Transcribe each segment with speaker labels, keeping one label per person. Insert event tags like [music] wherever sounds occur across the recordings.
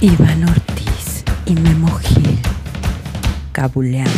Speaker 1: Iván Ortiz y Memo Gil cabuleando.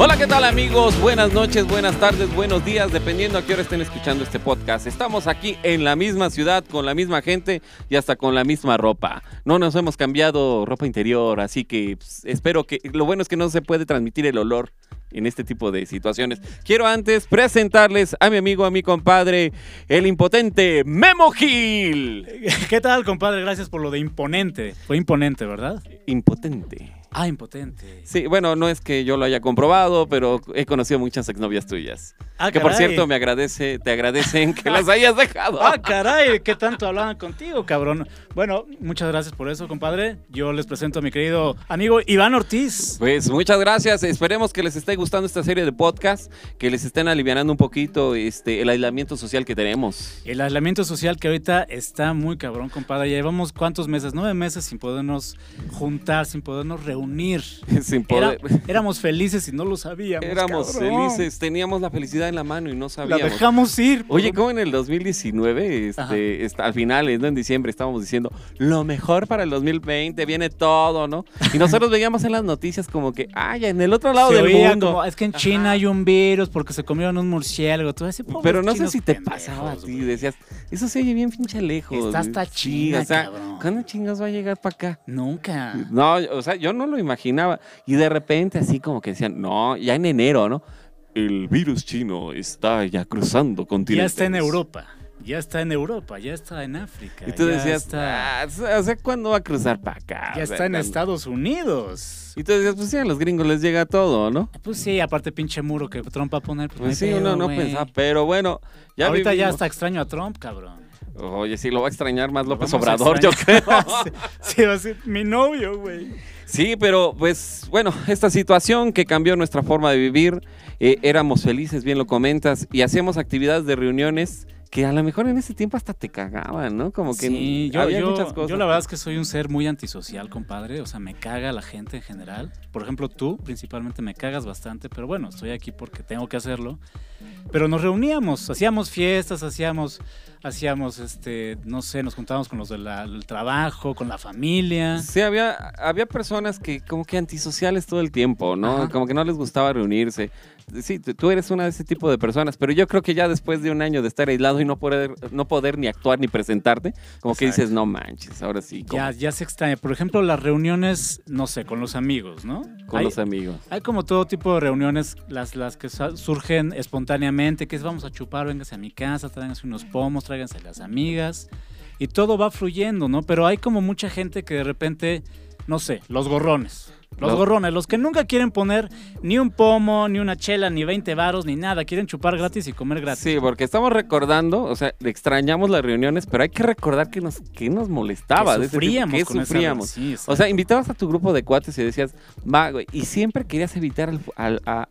Speaker 2: Hola, ¿qué tal amigos? Buenas noches, buenas tardes, buenos días, dependiendo a qué hora estén escuchando este podcast. Estamos aquí en la misma ciudad, con la misma gente y hasta con la misma ropa. No nos hemos cambiado ropa interior, así que pues, espero que... Lo bueno es que no se puede transmitir el olor en este tipo de situaciones. Quiero antes presentarles a mi amigo, a mi compadre, el impotente Memo Gil.
Speaker 3: [laughs] ¿Qué tal, compadre? Gracias por lo de imponente. Fue imponente, ¿verdad?
Speaker 2: Impotente.
Speaker 3: Ah, impotente.
Speaker 2: Sí, bueno, no es que yo lo haya comprobado, pero he conocido muchas exnovias tuyas.
Speaker 3: Ah,
Speaker 2: que por
Speaker 3: caray.
Speaker 2: cierto me agradece, te agradecen que las hayas dejado.
Speaker 3: Ah, caray, ¿qué tanto hablaban contigo, cabrón? Bueno, muchas gracias por eso, compadre. Yo les presento a mi querido amigo Iván Ortiz.
Speaker 2: Pues muchas gracias. Esperemos que les esté gustando esta serie de podcast, que les estén alivianando un poquito este, el aislamiento social que tenemos. [laughs]
Speaker 3: El aislamiento social que ahorita está muy cabrón, compadre. Ya llevamos cuántos meses, nueve meses sin podernos juntar, sin podernos reunir.
Speaker 2: Sin
Speaker 3: Era-
Speaker 2: poder.
Speaker 3: éramos felices y no lo sabíamos.
Speaker 2: éramos
Speaker 3: cabrón.
Speaker 2: felices, teníamos la felicidad en la mano y no
Speaker 3: La
Speaker 2: sabíamos.
Speaker 3: dejamos ir.
Speaker 2: Oye, ¿cómo en el 2019,
Speaker 3: Ajá.
Speaker 2: este, esta- al final, ¿no? en diciembre, estábamos diciendo lo mejor para el 2020, viene todo, ¿no? Y nosotros veíamos en las noticias como que, ay, en el otro lado
Speaker 3: Se
Speaker 2: del
Speaker 3: oía
Speaker 2: mundo.
Speaker 3: como, es que en
Speaker 2: Ajá.
Speaker 3: China hay un virus porque se comieron un murciélago. Todo ese, pobres
Speaker 2: Pero no sé
Speaker 3: chinos
Speaker 2: si te
Speaker 3: pendejos,
Speaker 2: pasaba a ti,
Speaker 3: güey.
Speaker 2: decías, eso se oye bien pinche lejos.
Speaker 3: Está hasta
Speaker 2: Sí,
Speaker 3: China,
Speaker 2: o sea,
Speaker 3: cabrón. Ah.
Speaker 2: ¿cuándo chingas va a llegar para acá?
Speaker 3: Nunca.
Speaker 2: No, o sea, yo no lo imaginaba. Y de repente así como que decían, no, ya en enero, ¿no? El virus chino está ya cruzando
Speaker 3: Ya
Speaker 2: continentes.
Speaker 3: está en Europa. Ya está en Europa, ya está en África.
Speaker 2: Y tú
Speaker 3: ya
Speaker 2: decías,
Speaker 3: está,
Speaker 2: "Ah, o sea, ¿cuándo va a cruzar para acá?
Speaker 3: ya
Speaker 2: O sea,
Speaker 3: está en
Speaker 2: cuando-
Speaker 3: Estados Unidos.
Speaker 2: Y tú decías, pues sí, a los gringos les llega todo, ¿no?
Speaker 3: Pues sí, aparte pinche muro que Trump va a poner. pues, no hay
Speaker 2: Pues sí,
Speaker 3: pedo,
Speaker 2: uno no
Speaker 3: güey.
Speaker 2: pensaba, pero bueno, ya
Speaker 3: Ahorita ya
Speaker 2: vivimos.
Speaker 3: está extraño a Trump, cabrón.
Speaker 2: Oye, sí, lo va a extrañar más López
Speaker 3: Vamos a
Speaker 2: Obrador, yo creo.
Speaker 3: extrañar. [laughs] sí, va a ser mi novio, güey.
Speaker 2: Sí, pero pues bueno, esta situación que cambió nuestra forma de vivir, eh, éramos felices, bien lo comentas, y hacíamos actividades de reuniones que a lo mejor en ese tiempo hasta te cagaban, ¿no? Como que
Speaker 3: Sí, yo,
Speaker 2: había
Speaker 3: yo-
Speaker 2: muchas cosas.
Speaker 3: yo la verdad es que soy un ser muy antisocial, compadre. O sea, me caga la gente en general. Por ejemplo, tú principalmente me cagas bastante, pero bueno, estoy aquí porque tengo que hacerlo. Pero nos reuníamos, hacíamos fiestas, hacíamos, hacíamos, este, no sé, nos juntábamos con los del trabajo, con la familia.
Speaker 2: Sí, había, había personas que como que antisociales todo el tiempo, ¿no?
Speaker 3: Ajá.
Speaker 2: Como que no les gustaba reunirse. Sí, tú tú eres una de ese tipo de personas, pero yo creo que ya después de un año de estar aislado y no poder, no poder ni actuar ni presentarte, como que
Speaker 3: Exacto.
Speaker 2: dices, no manches, ahora sí, como
Speaker 3: Ya, ya se extraña. Por ejemplo, las reuniones, no sé, con los amigos, ¿no?
Speaker 2: con
Speaker 3: Hay-
Speaker 2: los amigos.
Speaker 3: Hay como todo tipo de reuniones, las, las que sa- surgen espontáneamente, que es vamos a chupar, véngase a mi casa, tráiganse unos pomos, tráiganse las amigas, y todo va fluyendo, ¿no? Pero hay como mucha gente que de repente, no sé, los gorrones. Los
Speaker 2: Los-
Speaker 3: gorrones, los que nunca quieren poner ni un pomo, ni una chela, ni 20 varos, ni nada. Quieren chupar gratis y comer gratis.
Speaker 2: Sí, porque estamos recordando, o sea, extrañamos las reuniones, pero hay que recordar que nos, que nos molestaba.
Speaker 3: que
Speaker 2: de ese tipo,
Speaker 3: sufríamos
Speaker 2: que
Speaker 3: con esa-
Speaker 2: sufríamos.
Speaker 3: sí,
Speaker 2: o sea, invitabas a tu grupo de cuates y decías, va, güey, y siempre querías evitar al, al- a,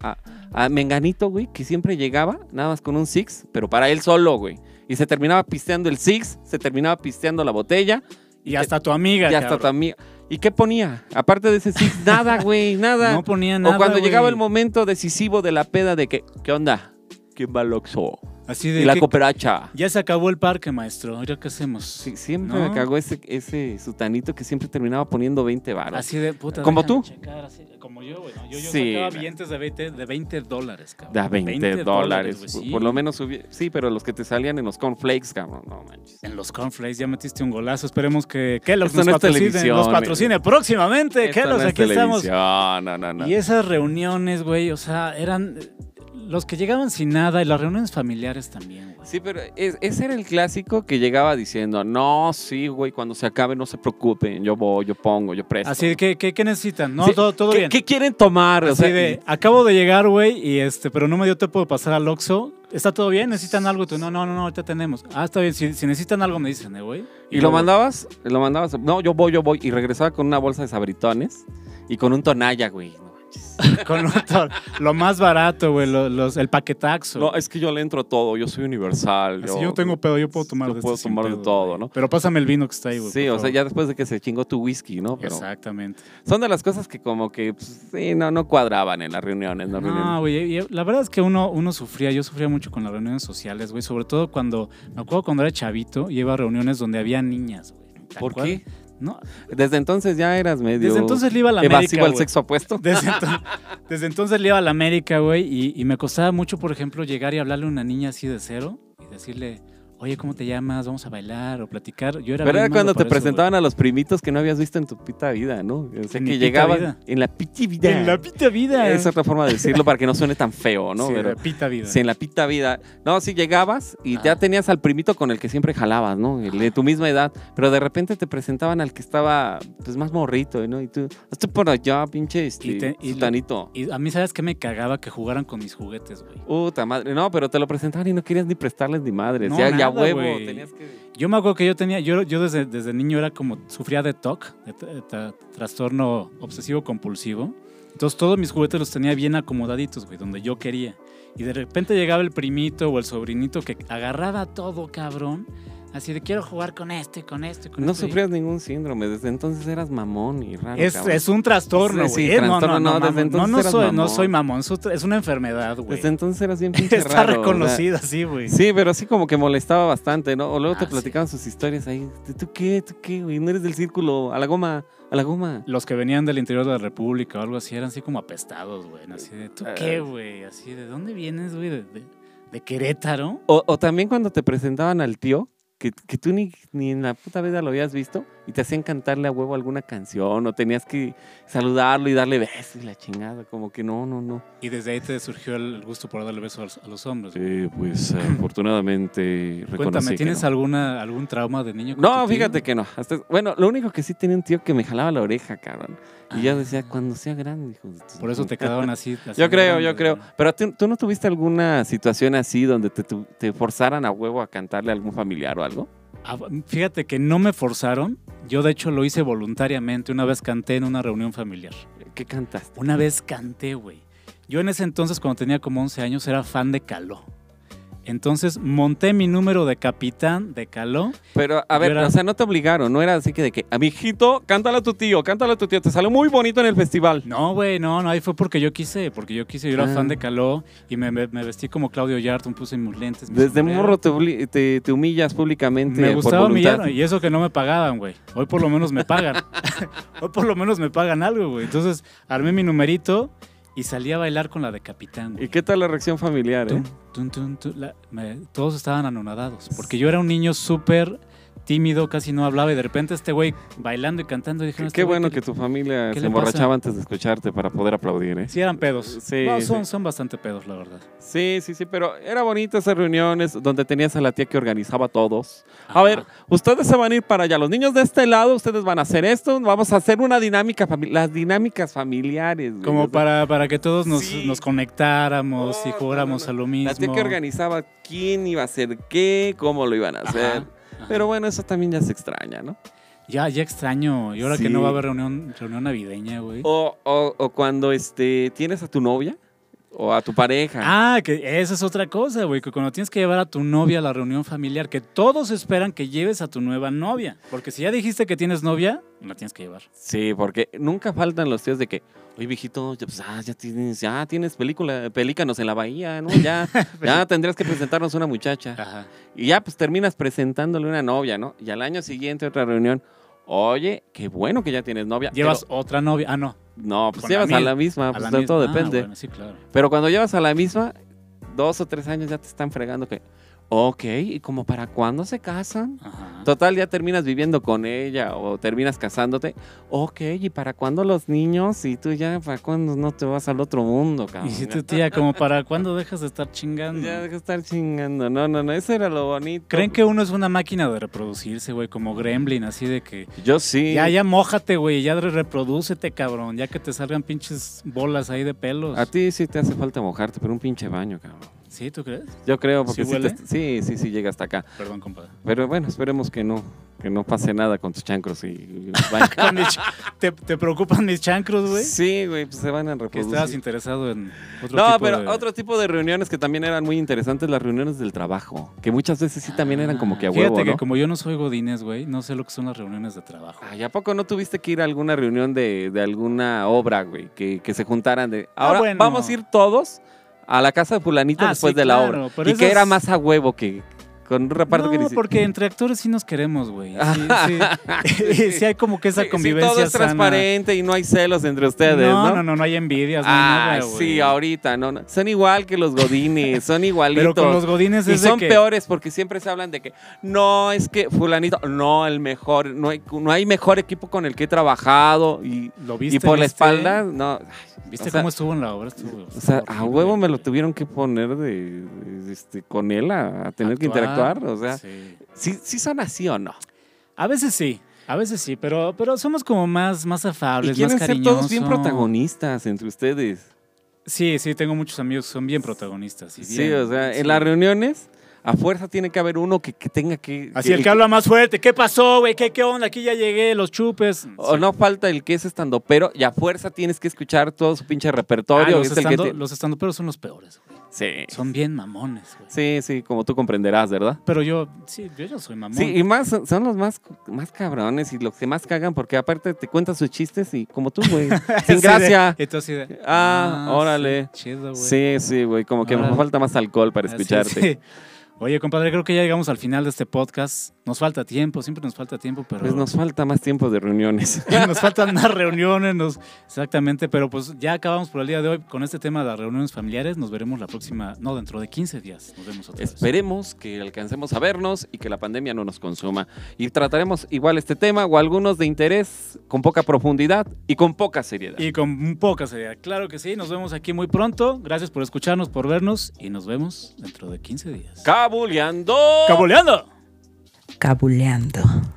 Speaker 2: a- a Menganito, güey, que siempre llegaba nada más con un six, pero para él solo, güey. Y se terminaba pisteando el six, se terminaba pisteando la botella
Speaker 3: y hasta tu amiga.
Speaker 2: y hasta tu
Speaker 3: cabrón.
Speaker 2: amiga. ¿Y qué ponía? Aparte de ese six,
Speaker 3: [laughs]
Speaker 2: nada, güey, nada.
Speaker 3: No ponía nada.
Speaker 2: o cuando llegaba
Speaker 3: güey.
Speaker 2: el momento decisivo de la peda de que, ¿qué onda? ¿Quién va al Oxxo?
Speaker 3: Así de.
Speaker 2: Y la
Speaker 3: que-
Speaker 2: cooperacha.
Speaker 3: ya se acabó el parque, maestro. ¿Ahora qué hacemos?
Speaker 2: Sí, siempre
Speaker 3: ¿No?
Speaker 2: me cagó ese, ese sutanito que siempre terminaba poniendo 20 varos.
Speaker 3: Así de puta.
Speaker 2: ¿Como
Speaker 3: déjame
Speaker 2: tú?
Speaker 3: checar, así, como yo, güey. no, Yo, yo
Speaker 2: Sí,
Speaker 3: sacaba
Speaker 2: güey.
Speaker 3: billetes de 20, de 20 dólares, cabrón.
Speaker 2: Da 20, dólares.
Speaker 3: güey,
Speaker 2: por-
Speaker 3: sí.
Speaker 2: Por lo menos hubi- Sí, pero los que te salían en los cornflakes, cabrón. No manches.
Speaker 3: En los cornflakes ya metiste un golazo. Esperemos que Kellogg's
Speaker 2: Esto
Speaker 3: nos,
Speaker 2: no es
Speaker 3: patrocine,
Speaker 2: televisión,
Speaker 3: nos patrocine próximamente.
Speaker 2: Esto
Speaker 3: Kellogg's,
Speaker 2: no es
Speaker 3: aquí estamos.
Speaker 2: televisión, No, no, no.
Speaker 3: Y esas reuniones, güey, o sea, eran eh, los que llegaban sin nada y las reuniones familiares también, güey.
Speaker 2: Sí, pero es- ese era el clásico que llegaba diciendo, no, sí, güey, cuando se acabe no se preocupen, yo voy, yo pongo, yo presto.
Speaker 3: Así que, ¿qué, qué necesitan? No,
Speaker 2: Sí,
Speaker 3: todo, todo
Speaker 2: ¿Qué,
Speaker 3: bien.
Speaker 2: qué quieren tomar? O
Speaker 3: Así
Speaker 2: sea,
Speaker 3: de, acabo de llegar, güey, y este, pero no me dio tiempo de pasar al Oxxo. ¿Está todo bien? ¿Necesitan algo? Y Tú, no, no, no, no, ahorita tenemos. Ah, está bien. Si, si necesitan algo, me dicen, eh, güey.
Speaker 2: Y lo
Speaker 3: yo-
Speaker 2: mandabas, lo mandabas, no, yo voy, yo voy, y regresaba con una bolsa de sabritones y con un tonalla, güey. no manches.
Speaker 3: [laughs] con un toro. Lo más barato, güey, lo- los- el paquetaxo.
Speaker 2: No, es que yo le entro a todo, yo soy universal.
Speaker 3: Así yo no tengo pedo, yo puedo tomar
Speaker 2: yo
Speaker 3: de este
Speaker 2: puedo
Speaker 3: sin
Speaker 2: tomar de
Speaker 3: pedo,
Speaker 2: todo,
Speaker 3: güey.
Speaker 2: ¿no?
Speaker 3: Pero pásame el vino que está ahí, güey.
Speaker 2: Sí,
Speaker 3: por
Speaker 2: o sea,
Speaker 3: favor.
Speaker 2: ya después de que se chingó tu whisky, ¿no? Pero
Speaker 3: Exactamente.
Speaker 2: son de las cosas que como que, pues, sí, no, no cuadraban en las reuniones, ¿no?
Speaker 3: No,
Speaker 2: Reuniones.
Speaker 3: güey, y- y la verdad es que uno, uno sufría, yo sufría mucho con las reuniones sociales, güey, sobre todo cuando, me acuerdo cuando era chavito y iba a reuniones donde había niñas, güey. ¿Te
Speaker 2: ¿Por
Speaker 3: acuerdas?
Speaker 2: qué?
Speaker 3: No,
Speaker 2: Desde entonces ya eras medio
Speaker 3: desde entonces le iba a la América,
Speaker 2: evasivo al
Speaker 3: güey.
Speaker 2: sexo apuesto.
Speaker 3: Desde, ento- desde entonces le iba a la América, güey, y, y me costaba mucho, por ejemplo, llegar y hablarle a una niña así de cero y decirle, oye, ¿cómo te llamas? Vamos a bailar o platicar. Yo era
Speaker 2: Pero
Speaker 3: bien
Speaker 2: era
Speaker 3: malo
Speaker 2: cuando te
Speaker 3: para eso,
Speaker 2: presentaban a los primitos que no habías visto en tu pita vida, ¿no? O sea,
Speaker 3: En mi
Speaker 2: que
Speaker 3: pita
Speaker 2: llegaban
Speaker 3: vida.
Speaker 2: en la pita vida.
Speaker 3: güey. En la pita vida.
Speaker 2: Es otra forma de decirlo para que no suene tan feo, ¿no?
Speaker 3: Sí,
Speaker 2: Pero-
Speaker 3: la pita vida.
Speaker 2: Sí, en la pita vida. No, sí llegabas y
Speaker 3: Ah.
Speaker 2: ya tenías al primito con el que siempre jalabas, ¿no? El de tu misma edad. Pero de repente te presentaban al que estaba pues más morrito, ¿no? Y tú, hazte por allá, pinche este,
Speaker 3: Y te- y lo-
Speaker 2: sutanito".
Speaker 3: Y a mí, ¿sabes qué me cagaba? Que jugaran con mis juguetes, güey.
Speaker 2: Puta madre. No, pero te lo presentaban y no querías ni prestarles ni madres.
Speaker 3: No,
Speaker 2: ya, ya
Speaker 3: nada,
Speaker 2: huevo.
Speaker 3: güey.
Speaker 2: Tenías que...
Speaker 3: Yo me acuerdo que yo tenía, yo, yo desde, desde niño era como, sufría de TOC, de tra- tra- trastorno obsesivo compulsivo. Entonces todos mis juguetes los tenía bien acomodaditos, güey, donde yo quería. Y de repente llegaba el primito o el sobrinito que agarraba todo, cabrón. Así de quiero jugar con esto y con esto y con
Speaker 2: No
Speaker 3: esto.
Speaker 2: sufrías ningún síndrome. Desde entonces eras mamón y raro.
Speaker 3: Es,
Speaker 2: cabrón.
Speaker 3: es un trastorno,
Speaker 2: Sí, sí,
Speaker 3: güey. Eh, no,
Speaker 2: trastorno,
Speaker 3: no,
Speaker 2: no,
Speaker 3: no,
Speaker 2: desde
Speaker 3: mamón. no,
Speaker 2: entonces
Speaker 3: no
Speaker 2: eras
Speaker 3: soy,
Speaker 2: mamón.
Speaker 3: no soy mamón. su- Es una enfermedad, güey.
Speaker 2: Desde entonces eras bien pinche
Speaker 3: [laughs] Está
Speaker 2: raro, o sea,
Speaker 3: reconocida, sí, güey.
Speaker 2: Sí, pero sí como que molestaba bastante, ¿no? O luego te
Speaker 3: Ah, sí.
Speaker 2: platicaban sus historias ahí. ¿Tú qué? ¿Tú qué, güey? No eres del círculo. A la goma, a la goma.
Speaker 3: los que venían del interior de la República o algo así eran así como apestados, güey. ¿no? Así de, ¿tú qué, güey? Así de, ¿dónde vienes, güey? ¿De, de, de Querétaro?
Speaker 2: O, o también cuando te presentaban al tío, que, que tú ni, ni en la puta vida lo habías visto, y te hacían cantarle a huevo alguna canción, o tenías que saludarlo y darle besos y la chingada, como que no, no, no.
Speaker 3: Y desde ahí te surgió el gusto por darle besos a los, a los hombres. güey.
Speaker 2: Sí, [clears throat] pues afortunadamente
Speaker 3: Cuéntame, ¿tienes alguna, algún trauma de niño? con tu
Speaker 2: No,
Speaker 3: tío?
Speaker 2: fíjate que no. Hasta- bueno, lo único que sí tenía un tío que me jalaba la oreja, cabrón. Y yo decía, cuando sea grande, hijo de tu-
Speaker 3: Ah. Por eso te
Speaker 2: [laughs]
Speaker 3: quedaban así. así
Speaker 2: Yo creo, yo
Speaker 3: grandes,
Speaker 2: creo.
Speaker 3: güey.
Speaker 2: Pero ¿tú, tú no tuviste alguna situación así donde te, tu- te forzaran a huevo a cantarle a algún familiar o algo?
Speaker 3: Ah, Fíjate que no me forzaron. Yo, de hecho, lo hice voluntariamente. Una vez canté en una reunión familiar.
Speaker 2: ¿Qué cantaste?
Speaker 3: Una vez canté, güey. Yo en ese entonces, cuando tenía como 11 años, era fan de Caló. Entonces monté mi número de capitán de Caló.
Speaker 2: Pero, a
Speaker 3: Yo
Speaker 2: ver,
Speaker 3: era-
Speaker 2: o sea, no te obligaron, no era así que de que, amiguito, cántale a tu tío, cántale a tu tío, te salió muy bonito en el festival.
Speaker 3: No, güey, no, no, ahí fue porque yo quise, porque yo quise. Yo era
Speaker 2: Ah.
Speaker 3: fan de Caló y me, me- me vestí como Claudio Yarton, puse mis lentes. mi
Speaker 2: Desde
Speaker 3: sombrero.
Speaker 2: morro te, obli- te- te humillas públicamente
Speaker 3: Me
Speaker 2: por
Speaker 3: gustaba
Speaker 2: voluntad.
Speaker 3: humillar y eso que no me pagaban, güey. Hoy por lo menos me pagan.
Speaker 2: [laughs]
Speaker 3: Hoy por lo menos me pagan algo, güey. Entonces armé mi numerito y salí a bailar con la de capitán, güey.
Speaker 2: ¿Y qué tal la reacción familiar, eh?
Speaker 3: Tun, tun, tun, tun, la- me- todos estaban anonadados, porque yo era un niño súper tímido, casi no hablaba, y de repente este güey bailando y cantando, y dije,
Speaker 2: Qué,
Speaker 3: "Este güey,
Speaker 2: bueno
Speaker 3: ¿qué
Speaker 2: que
Speaker 3: le-?"
Speaker 2: tu familia
Speaker 3: qué
Speaker 2: se
Speaker 3: le
Speaker 2: emborrachaba
Speaker 3: pasa?
Speaker 2: antes de escucharte para poder aplaudir, ¿eh?
Speaker 3: Sí, eran pedos.
Speaker 2: Sí,
Speaker 3: No,
Speaker 2: sí.
Speaker 3: son, son bastante pedos, la verdad.
Speaker 2: Sí, sí, sí, pero era bonita esas reuniones donde tenías a la tía que organizaba todos. A ver, ustedes se van a ir para allá, los niños de este lado, ustedes van a hacer esto, vamos a hacer una dinámica, fami- las dinámicas familiares. güey. O
Speaker 3: Como
Speaker 2: sea,
Speaker 3: para, para que todos nos,
Speaker 2: Sí.
Speaker 3: nos conectáramos
Speaker 2: No,
Speaker 3: y
Speaker 2: no,
Speaker 3: jugáramos
Speaker 2: no,
Speaker 3: a lo mismo.
Speaker 2: La tía que organizaba quién iba a hacer qué, cómo lo iban a
Speaker 3: Ajá,
Speaker 2: hacer.
Speaker 3: ajá.
Speaker 2: Pero bueno, eso también ya se extraña, ¿no?
Speaker 3: Ya, ya extraño. Y ahora
Speaker 2: Sí. Oh,
Speaker 3: que no va a haber reunión, reunión navideña, güey.
Speaker 2: O, o- o cuando este, tienes a tu novia o a tu pareja.
Speaker 3: Ah, que esa es otra cosa, güey, que cuando tienes que llevar a tu novia a la reunión familiar, que todos esperan que lleves a tu nueva novia, porque si ya dijiste que tienes novia, la tienes que llevar.
Speaker 2: Sí, porque nunca faltan los tíos de que, oye, viejito, ya, pues, ah, ya tienes, ya tienes película, pelícanos en la bahía, ¿no?
Speaker 3: [laughs]
Speaker 2: Ya, ya tendrías que presentarnos una muchacha.
Speaker 3: Ajá.
Speaker 2: Y ya, pues terminas presentándole una novia, ¿no? Y al año siguiente, otra reunión. Oye, qué bueno que ya tienes novia.
Speaker 3: Llevas
Speaker 2: pero-
Speaker 3: otra novia. Ah, no.
Speaker 2: no, pues
Speaker 3: con la
Speaker 2: llevas a
Speaker 3: mi-
Speaker 2: la misma,
Speaker 3: a
Speaker 2: pues
Speaker 3: la
Speaker 2: todo,
Speaker 3: misma.
Speaker 2: todo
Speaker 3: Ah,
Speaker 2: depende.
Speaker 3: bueno, sí, claro.
Speaker 2: Pero cuando llevas a la misma, dos o tres años ya te están fregando que, ok, ¿y como para cuándo se casan?
Speaker 3: Ajá.
Speaker 2: Total, ya terminas viviendo con ella o terminas casándote. Ok, ¿y para cuándo los niños? Y tú ya, ¿para cuándo no te vas al otro mundo, cabrón?
Speaker 3: Y si tu tía, como para cuándo dejas de estar chingando.
Speaker 2: Ya deja de estar chingando. No, no, no, eso era lo bonito.
Speaker 3: ¿Creen que uno es una máquina de reproducirse, güey? Como gremlin, así de que.
Speaker 2: Yo sí.
Speaker 3: Ya, ya mójate, güey. Ya re- reprodúcete, cabrón. Ya que te salgan pinches bolas ahí de pelos.
Speaker 2: A ti sí te hace falta mojarte, pero un pinche baño, cabrón.
Speaker 3: ¿Sí? ¿Tú crees?
Speaker 2: Yo creo, porque
Speaker 3: ¿Sí
Speaker 2: sí, te-
Speaker 3: huele?
Speaker 2: sí, sí, sí llega hasta acá.
Speaker 3: Perdón,
Speaker 2: [laughs]
Speaker 3: compadre.
Speaker 2: Pero bueno, esperemos que no, que no pase nada con tus chancros y- y
Speaker 3: [laughs]
Speaker 2: vaya.
Speaker 3: Con mis ch- ¿Te, te preocupan mis chancros, güey?
Speaker 2: Sí, güey, pues se van a
Speaker 3: Que estabas
Speaker 2: reproducir.
Speaker 3: interesado en otro
Speaker 2: No,
Speaker 3: tipo
Speaker 2: pero
Speaker 3: de-
Speaker 2: otro tipo de reuniones que también eran muy interesantes, las reuniones del trabajo, que muchas veces sí también eran como que a huevo,
Speaker 3: Ah, Fíjate que
Speaker 2: ¿no?
Speaker 3: como yo no soy godines, güey, no sé lo que son las reuniones de trabajo.
Speaker 2: Ay, ¿a poco no tuviste que ir a alguna reunión de, de alguna obra, güey? Que, que se juntaran de...
Speaker 3: Ah,
Speaker 2: Ahora
Speaker 3: bueno.
Speaker 2: vamos a ir todos a la casa de fulanito
Speaker 3: Ah,
Speaker 2: después
Speaker 3: sí,
Speaker 2: de la
Speaker 3: claro,
Speaker 2: obra.
Speaker 3: pero
Speaker 2: Y que
Speaker 3: esas-
Speaker 2: era más a huevo que... Con un reparto que
Speaker 3: no,
Speaker 2: dice-
Speaker 3: porque entre actores sí nos
Speaker 2: [laughs]
Speaker 3: queremos, güey. Sí, sí.
Speaker 2: Sí.
Speaker 3: [laughs] Sí hay como que
Speaker 2: Sí,
Speaker 3: esa
Speaker 2: sí,
Speaker 3: convivencia
Speaker 2: todo es
Speaker 3: sana.
Speaker 2: transparente y no hay celos entre ustedes, ¿no?
Speaker 3: no, no, no, no hay envidias. no hay
Speaker 2: Ah,
Speaker 3: nada, güey.
Speaker 2: sí, ahorita, no, no. Son igual que los godines, son igualitos.
Speaker 3: [laughs] Pero con los [laughs] godines
Speaker 2: Y
Speaker 3: es de
Speaker 2: son
Speaker 3: que-
Speaker 2: peores porque siempre se hablan de que no es que fulanito, no el mejor, no hay, no hay mejor equipo con el que he trabajado y,
Speaker 3: ¿Lo
Speaker 2: y
Speaker 3: viste,
Speaker 2: por la
Speaker 3: viste?
Speaker 2: espalda, no.
Speaker 3: ¿Viste
Speaker 2: O sea-
Speaker 3: cómo estuvo en la obra? Estuvo
Speaker 2: O sea, a
Speaker 3: horrible,
Speaker 2: huevo me lo
Speaker 3: güey.
Speaker 2: tuvieron que poner de, de- este, con él a, a tener que
Speaker 3: Actuar,
Speaker 2: interactuar. O sea,
Speaker 3: sí.
Speaker 2: sí, sí son así o no.
Speaker 3: A veces sí, a veces sí, pero, pero somos como más, más
Speaker 2: Y
Speaker 3: afables, más
Speaker 2: quieren ser
Speaker 3: cariñosos.
Speaker 2: todos bien protagonistas entre ustedes.
Speaker 3: Sí, sí, tengo muchos amigos que son bien protagonistas. y
Speaker 2: Sí,
Speaker 3: bien-
Speaker 2: o sea,
Speaker 3: sí.
Speaker 2: en las reuniones, a fuerza tiene que haber uno que, que tenga que.
Speaker 3: Así el que habla más fuerte, ¿qué pasó, güey? ¿Qué, ¿Qué onda? Aquí ya llegué, los chupes.
Speaker 2: Mm. O
Speaker 3: Sí.
Speaker 2: no falta el que es estando, pero y a fuerza tienes que escuchar todo su pinche repertorio.
Speaker 3: Ah, los,
Speaker 2: es el que
Speaker 3: estando,
Speaker 2: te-
Speaker 3: los estandoperos son los peores, güey.
Speaker 2: Sí.
Speaker 3: Son bien mamones, güey.
Speaker 2: sí, sí, como tú comprenderás, ¿verdad?
Speaker 3: Pero yo, sí, yo ya soy mamón. [laughs]
Speaker 2: Sí, y más son- son los más, más cabrones y los que más cagan porque aparte te cuentan sus chistes y como tú, [laughs] güey.
Speaker 3: Así
Speaker 2: sin
Speaker 3: de-
Speaker 2: gracia.
Speaker 3: y tú así de,
Speaker 2: Ah, órale.
Speaker 3: sí, chido, güey.
Speaker 2: Sí, sí, güey, como que me
Speaker 3: Órale.
Speaker 2: falta más alcohol para
Speaker 3: Así,
Speaker 2: escucharte. [laughs]
Speaker 3: sí. Oye, compadre, creo que ya llegamos al final de este podcast. Nos falta tiempo, siempre nos falta tiempo, pero
Speaker 2: Pues
Speaker 3: [laughs]
Speaker 2: nos falta más tiempo de reuniones.
Speaker 3: nos faltan más reuniones. nos- Exactamente, pero pues ya acabamos por el día de hoy con este tema de las reuniones familiares. Nos veremos la próxima, no, dentro de 15 días. Nos vemos otra
Speaker 2: [laughs]
Speaker 3: vez.
Speaker 2: Esperemos que alcancemos a vernos y que la pandemia no nos consuma. Y trataremos igual este tema o algunos de interés con poca profundidad y con poca seriedad.
Speaker 3: Y con poca seriedad, claro que sí. Nos vemos aquí muy pronto. Gracias por escucharnos, por vernos y nos vemos dentro de 15 días.
Speaker 2: Cabuleando.
Speaker 3: ¡Caboleando!
Speaker 1: Cabuleando.